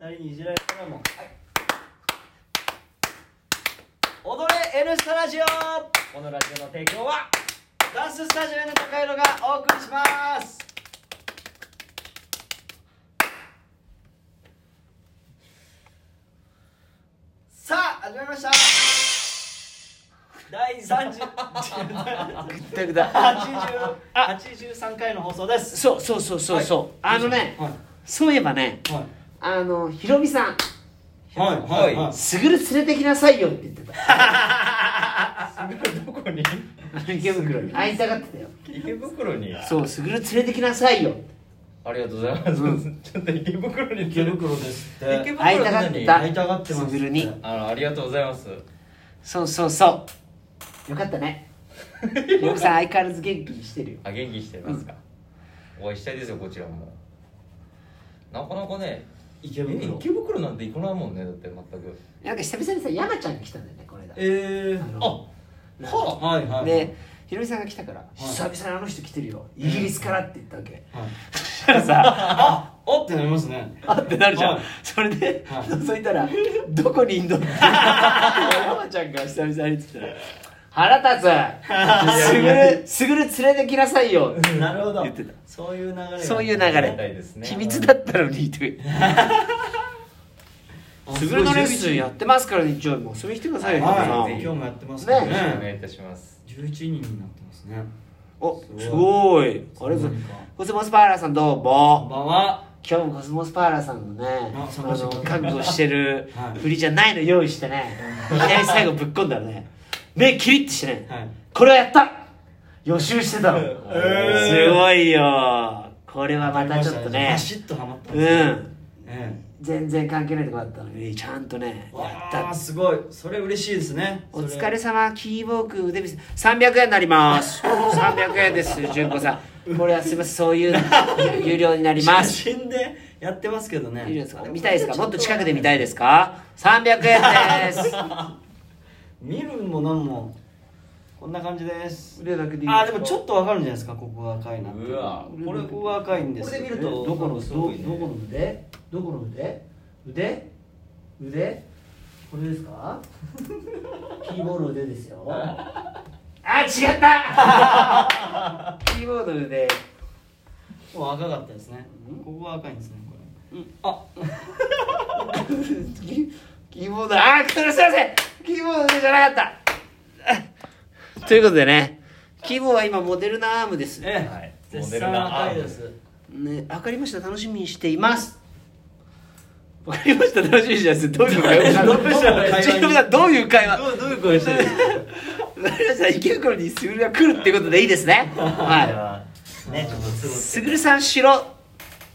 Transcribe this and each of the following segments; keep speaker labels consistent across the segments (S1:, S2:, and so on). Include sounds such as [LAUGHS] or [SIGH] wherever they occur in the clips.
S1: 二人にいじられたらもん、踊れ N スタラジオこのラジオの提供はダンススタジオ N 高色がお送りしますさあ始まりました第30
S2: ぐったぐだ
S1: 80 83回の放送です
S2: そうそうそうそうそう、あのね、
S1: はい
S2: そういえばね
S1: はい
S2: あのひろみさん
S1: はいはいはい
S2: すぐる連れてきなさいよって言ってた
S3: どこに
S2: 池袋に会いたがってたよ
S3: 池袋に
S2: そうすぐる連れてきなさいよ
S3: ありがとうございます、ちょっと池袋に
S1: 池袋ですっ
S3: 池
S1: て
S3: 袋
S2: 会いたがってた
S1: 会いたがってます
S2: すぐるに
S3: あのありがとうございます
S2: そうそうそうよかったねひろみさん相変わらず元気にしてるよ
S3: あ元気してますか、お会いしたいですよこちらもなかなかね
S1: 池
S3: え
S1: 袋
S3: 池袋なんて行かないもんねだって全く
S2: なんか久々にさ山ちゃんが来たんだよねこれだ
S1: え
S2: あ
S1: ー、
S2: の
S1: あはいはい
S2: でひろみさんが来たから「久々にあの人来てるよイギリスから」って言ったわけ [LAUGHS] そしたらさ
S1: あおってなりますね
S2: あってなるじゃん、
S1: はい
S2: それで、
S1: はい
S2: 覗いたら「どこにいんの?」って山ちゃんが久々に言ってたら「腹立つすぐるすぐる連れてきなさいよ」
S1: なるほど
S2: 言ってた
S1: そういう流れ
S2: そういう流
S3: ありがたい
S2: れ
S3: ですね
S2: 秘密だったのにとか言って「すぐるのレッスンやってますから日曜日もうそれ来てくださいよ」
S1: は
S3: はいい
S1: 今日もやってますから
S3: よろしくお
S1: ね
S3: 願いいたします
S1: 11人になってますね
S2: おすごいありがとうございますコスモスパーラーさんどう
S1: こん
S2: も
S1: ばんは
S2: 今日もコスモスパーラーさんのね
S1: あ
S2: あ
S1: 参加してくれ
S2: の
S1: た
S2: 覚悟してる
S1: はい
S2: 振りじゃないの用意してねいきなり最後ぶっ込んだらね目キリッとしてね、
S1: はい
S2: これはやった予習してたの、
S1: えー
S2: すごいよこれはまたちょっとね
S1: バシッとはまったんです
S2: う
S1: ね
S2: ん
S1: え
S2: 全然関係ないとこだったのにちゃんとね
S1: え
S2: やっ
S1: わあ
S2: た
S1: すごいそれ嬉しいですね
S2: お疲れ様キーボーク腕見せ300円になります300円です純子さんこれはすみませんそういうの有料になりま
S1: 写
S2: す
S1: 真でやってますけどね
S2: いいですかね見たいですかもっと近くで見たいですか300円です
S1: 見るもなんもこんな感じです
S2: 腕だけでいい
S1: あーでもちょっとわかるんじゃないですかここが赤いなって
S3: うわ
S1: これここが赤いんです
S3: これで見ると
S1: どこの
S3: す
S1: ど
S3: ごいね
S1: どこの腕どこの腕腕腕これですかキーボードの腕ですよ
S2: あ違ったキーボードで
S1: もう赤かったですねここが赤いんですねこれあ
S2: キキーボードあーこれすいませんキーボードでじゃなかったということでねキーボードは今モデルナアームですね
S1: ええ、
S3: はい
S1: 絶賛赤いです
S2: わかりました楽しみにしていますわかりました楽しみにしてますどういう会話
S1: どういう会話
S2: ちょっと皆さんどういう会話
S1: どういう声してる
S2: わかりました池袋にすぐるが来るってことでいいですねはい
S1: ねちょっと
S2: すぐるさん白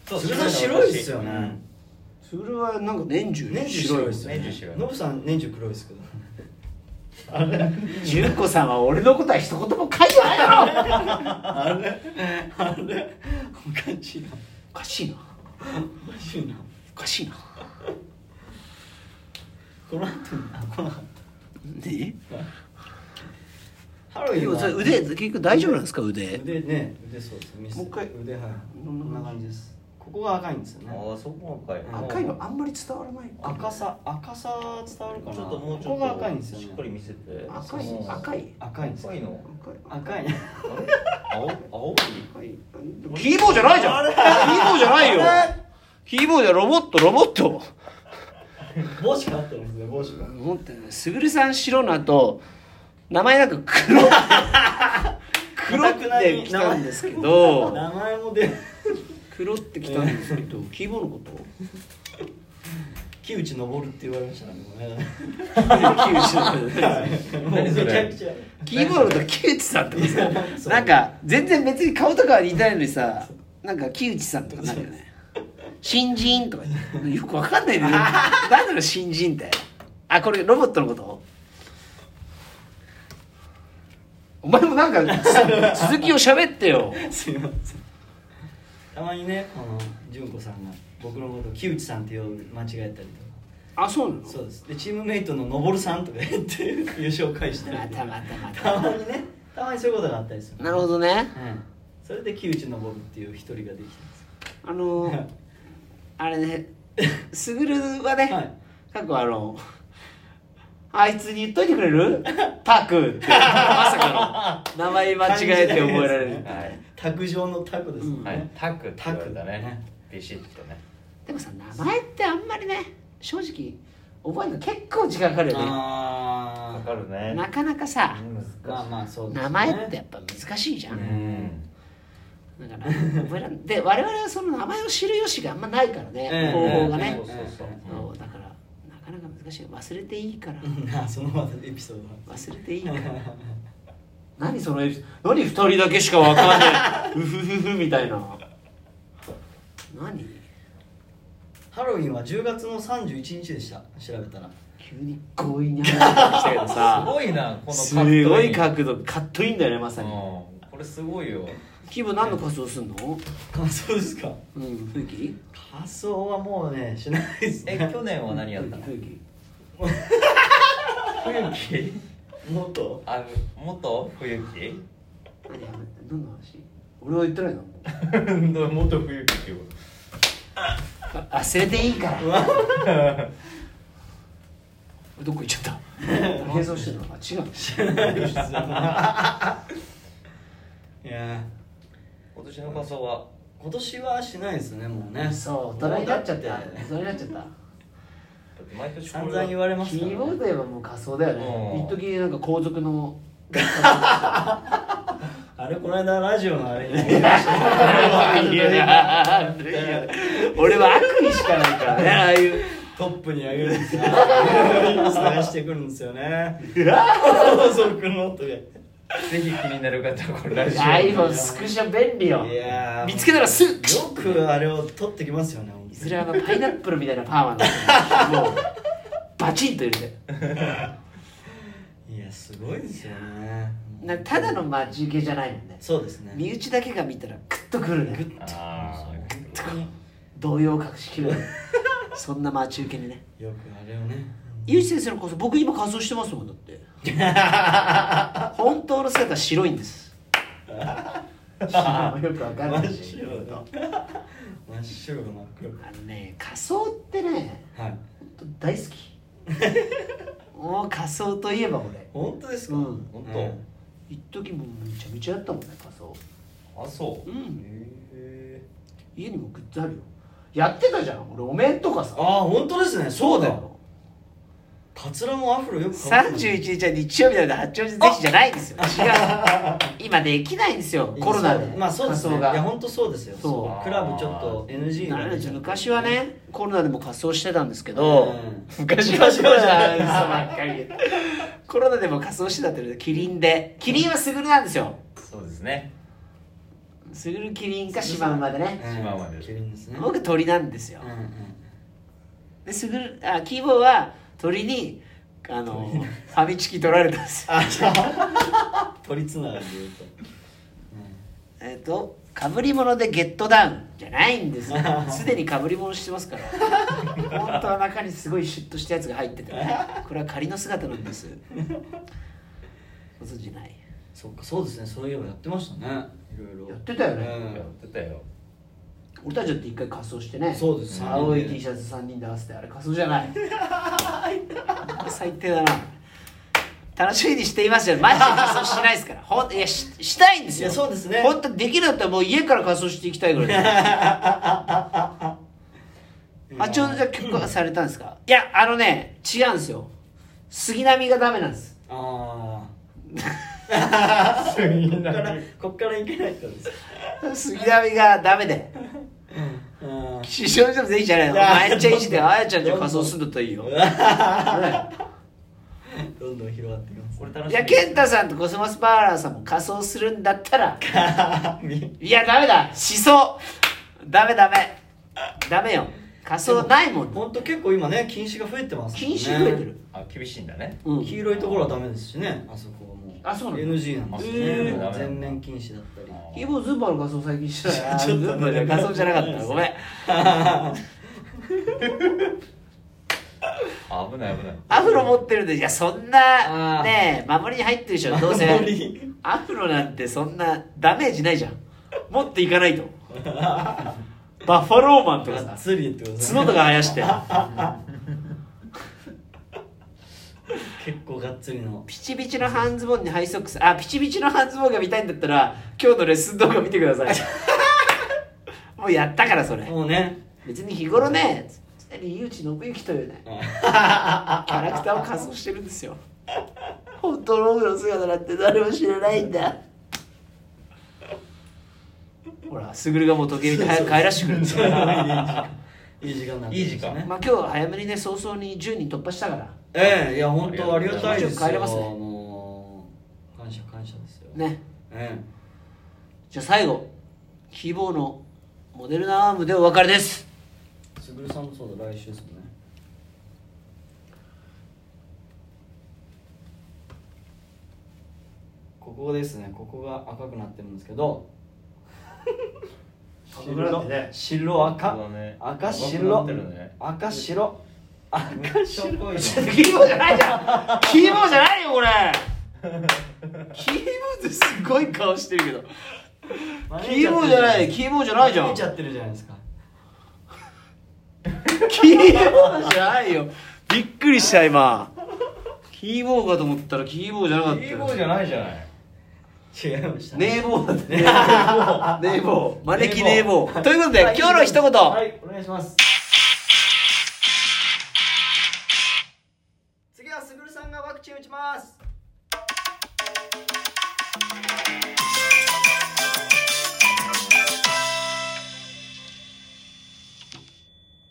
S3: そう
S1: それが白いですよね
S2: すぐるはなんか年中
S1: 年中白いですよね
S3: 年中白い
S1: ノブさん年中黒いですけど
S2: 純子さんは俺のことは一言も書いてないだろ
S1: あれあれおかしいな
S2: おかしいな
S1: おかしいな
S2: おかしいな
S1: この後にあ来なかっ
S2: で
S1: たハロウィンは
S2: 腕結局大丈夫なんですか腕
S1: 腕ね腕そうです見せて
S2: もう一回
S1: 腕はいこんな感じですここが赤いんですよ
S3: あ
S1: ね
S3: ーそこ赤い
S2: 赤いのあんまり伝わらない
S1: 赤さ赤さ伝わるかな
S3: ちょっともうちょ
S1: ここが
S3: っ
S1: 赤いん
S3: と
S1: ですよ
S3: し
S1: ね
S3: っかり見せて
S2: 赤い
S3: そうそう
S2: 赤い
S1: 赤いんですよ
S3: 赤い
S2: [LAUGHS]
S3: の
S1: 赤い
S3: あれ青青い
S2: 赤いキーボードじゃないじゃんキーボードじゃないよキーボードじゃロボットロボット
S1: 帽子があってるんですね帽子が
S2: 思ってねすぐるさん白の後名前なく黒 [LAUGHS] 黒って来たんですけど
S1: 名前も出
S2: 黒って来たんですけ [LAUGHS] ど、キーボードのこと
S1: 木内登るって言われましたねごめんなさいもう
S3: 何
S1: め
S3: それ
S1: ちゃくちゃ
S2: キーボードと木内さんとか [LAUGHS] さなんか全然別に顔とかは似たいのにさなんか木内さんとかなるよね新人とか言ってよくわかんないね [LAUGHS] 何なの新人ってあこれロボットのことお前もなんか [LAUGHS] 続きを喋ってよ
S1: すいませんたまにねこの純子さんが僕のことを木内さんって呼ぶ間違えたりとか
S2: あそうなの
S1: そうですでチームメイトののぼるさんとか言って優勝介したり
S2: ま
S1: で
S2: たまたまた
S1: たまにねたまにそういうことがあったりする
S2: なるほどね
S1: うんそれで木内のぼるっていう一人ができたんです
S2: あのー、あれねすぐるはね、
S1: はい
S2: 過去あのあいつに言っといてくれるタクってまさかの名前間違えて覚えられる
S1: 感じないですね卓上のタコですもん
S2: うん
S3: はい
S1: ね、
S3: タクって言われた
S1: タク
S3: ね
S1: ね
S3: ビシッとね
S2: でもさ名前ってあんまりね正直覚えるの結構時間かかるよね
S3: わ
S1: あ
S3: かる
S2: な
S3: ね
S2: かなかさ、
S1: あまあまあそうですね
S2: 名前ってやっぱ難しいじゃん、
S3: うん
S2: だから覚えらんで我々はその名前を知る由しがあんまないからね、
S1: ええ
S2: 方法が
S1: え
S2: ね
S1: え、
S3: そうそうそう
S2: そうだからなかなか難しい忘れていいから
S1: うん [LAUGHS] あそのままエピソー
S2: 忘れていいか
S1: ド [LAUGHS]
S2: ら
S1: は
S2: 何そのエピソード何二人だけしかわかんないうふふふみたいな何
S1: ハロウィンは10月の31日でした調べたら
S2: 急に強引に話してきたけど
S3: す
S2: さ
S3: ごいなこの
S2: す
S3: カットイン
S2: ごい角度カットインだよねまさに
S3: うんこれすごいよ
S2: 気分何の仮装すんの
S1: 感想ですか
S2: うん雰囲気
S1: 仮装はもうねしないです
S3: え
S1: ね
S3: 去年は何やったの
S2: 雰囲気
S3: 冬木
S1: もっ
S2: [LAUGHS]
S1: と
S3: あ元冬木
S2: 何やどんな話俺は言ってないの
S3: 元冬木っていうこと
S2: 忘れていいから [LAUGHS] どこ行っちゃ [LAUGHS] った変装してるのあ違うの
S1: いやー
S3: 今年の仮装は
S1: 今年はしないですねもうね
S2: そう大人になっちゃっ
S1: も
S2: た
S1: うだ
S2: 大
S1: て
S2: 人になっちゃった
S3: だって毎年これ
S1: 散々言われますか
S2: キ
S1: ら
S2: ー
S1: ね
S2: ボードではもう仮装だよ
S3: うん
S2: ね一時なんか皇族の
S1: あれこの間ラジオのあれに
S2: [LAUGHS] 俺は悪意しかないからねああいう
S1: トップに上げるんです
S2: [LAUGHS]
S1: よ探してくるんですよねそうそうこの音が
S3: ぜひ気になる方はこれラジオ
S2: iPhone スクショ便利よ
S1: いやー
S2: 見つけたらすぐ
S1: よくあれを取ってきますよね
S2: いずれあのパイナップルみたいなパーマになってるもうバチンと入れて
S1: いやすごいですよね
S2: なただの待ち受けじゃないもんね
S1: そうですね
S2: 身内だけが見たらグッとくるね
S3: あ
S1: 本当に
S2: 動揺を隠しきる [LAUGHS] そんな待ち受けにね
S1: よくあれをね
S2: ゆうじ先生のこそ僕今仮装してますもんだって本当の姿は白いんです白いよくわかんな
S1: 真
S2: い
S1: っ白だ真っ白が真っ黒
S2: あのね仮装ってね
S1: はい
S2: 本当大好きもう仮装といえば俺
S1: 本当ですか、
S2: うん
S3: 本
S2: 一時もうめちゃめちゃやったもんね仮装
S3: 当あそう
S2: うん
S3: へ
S2: 家にもグッズあるよやってたじゃん俺お面とかさ
S1: ああ本当ですねそうだよカツラもアフロよくかぶってる
S2: 31日は日曜日なので八王子ぜひじゃないんですよ違う今できないんですよコロナで
S1: そうまあそうですね
S2: 仮
S1: い
S2: 装が
S1: や本当そうですよ
S2: そう
S1: そうクラブちょっと NG
S2: な
S1: が
S2: ん
S1: 出
S2: で
S1: ちゃって
S2: 昔はねコロナでも仮装してたんですけ
S1: う
S2: ど、
S1: ん
S2: 昔はそうじゃん嘘ばっかり言ってコロナでも仮装してたってのはキリンでキリンはスグルなんですよ
S3: ーそうですね
S2: スグルキリンかシマウマでね
S1: うん
S3: 島まで
S1: キリンですね
S2: 僕鳥なんですよ
S1: うんうん
S2: でスグルあキーボーは鳥にあのファミチキ取られたんですよ
S1: あそう鳥つながりで言うと
S2: えっ、とかぶり物でゲットダウンじゃないんですよすでにかぶり物してますから本当は中にすごいシュッとしたやつが入っててねこれは仮の姿なんですご存じない
S1: そっかそうですねそういえばやってましたねいろいろ
S2: やってたよね
S1: うん
S3: やってた [LAUGHS] よ
S2: 俺たちだって一回仮装してね
S1: そうです
S2: 青い
S1: 三人で
S2: T シャツ3人で合わせてあれ仮装じゃない [LAUGHS] 最低だな楽しみにしていますよマジで仮装しないですからほんいやししたいんですよ
S1: いやそうですね
S2: 本当できるんだったらもう家から仮装していきたいぐらい [LAUGHS] ですあちょうどじゃあ結婚されたんですかいやあのね違うんですよ杉並がダメなん [LAUGHS] です
S1: あ
S3: すぎ
S1: あからこっからいけない人です
S2: 杉並がダメ [LAUGHS] で
S1: [LAUGHS] うん
S2: 師匠でもぜひじゃないの
S1: いや
S2: めっちゃいじってあやちゃんじゃ仮装するんだったらいい [LAUGHS] よ、ね
S1: [LAUGHS] どんどん広がっていきます
S3: これ楽
S2: い
S3: しみ
S2: や健太さんとコスモスパーラーさんも仮装するんだった
S1: [LAUGHS]
S2: らいやダメだ思想ダメダメダメよ仮装ないもん
S1: 本当結構今ね禁止が増えてますもんね
S2: 禁止増えてる、
S3: あ厳しいんだね
S2: うん、
S1: 黄色いところはダメですしねあそこはもう
S2: あそうなんだ
S1: NG なんですね、
S3: えー
S1: 全面禁止だったり
S2: キーボーズーパーの仮装最近してた
S1: [LAUGHS]
S2: な
S1: ちょっとね
S2: ズーパーじゃ仮装じゃなかったごめ
S1: [LAUGHS]
S2: ん
S3: あ危ない危ない
S2: アフロ持ってるんでいやそんな
S1: あー
S2: ねえ守りに入ってるでしょどうせ
S1: 守り [LAUGHS]
S2: アフロなんてそんなダメージないじゃんもっといかないとバッファローマンとか
S1: が
S2: さ
S1: っつり言ってください
S2: 角とか生やして
S1: 結構がっつりの
S2: ピチピチの半ズボンにハイソックスあピチピチの半ズボンが見たいんだったら今日のレッスン動画見てください [LAUGHS] もうやったからそれ
S1: もうね
S2: 別に日頃ね常に井内信之というね [LAUGHS] キャラクターを仮装してるんですよ本当の僕の姿なんて誰も知らないんだほらすぐるがもう時計見て早く帰らしてくれるん [LAUGHS] ですよまあ
S1: [LAUGHS] [LAUGHS] いい時間なん
S3: いい時間
S2: 今日は早めにね早々に10人突破したから
S1: ええいや本当ありがたいですよ
S2: 帰れますね
S1: もう感謝感謝ですよ
S2: ね
S1: え
S2: じゃあ最後希望のモデルナアームでお別れです
S1: えすぐるさんもそうだ来週ですもんねここですねここが赤くなってるんですけど
S4: 赤くなってね
S1: 白赤
S3: そうだね
S1: 赤
S3: 赤くな
S1: 白
S3: ってるね
S1: 赤白
S3: 赤白い
S2: キーボーじゃないじゃんキーボーじゃないよこれキーボーってすごい顔してるけどキーボーじゃないキーボーじゃないじゃん
S1: 見ちゃってるじゃないですか
S2: キーボーじゃないよびっくりした今キーボーかと思ったらキーボーじゃなかった
S3: キーボーじゃないじゃない
S1: 違いました
S2: ネーボーだってネーボー招きネーボーということで今日の一言、
S1: はいお願いします次はすぐるさんがワクチン打ちます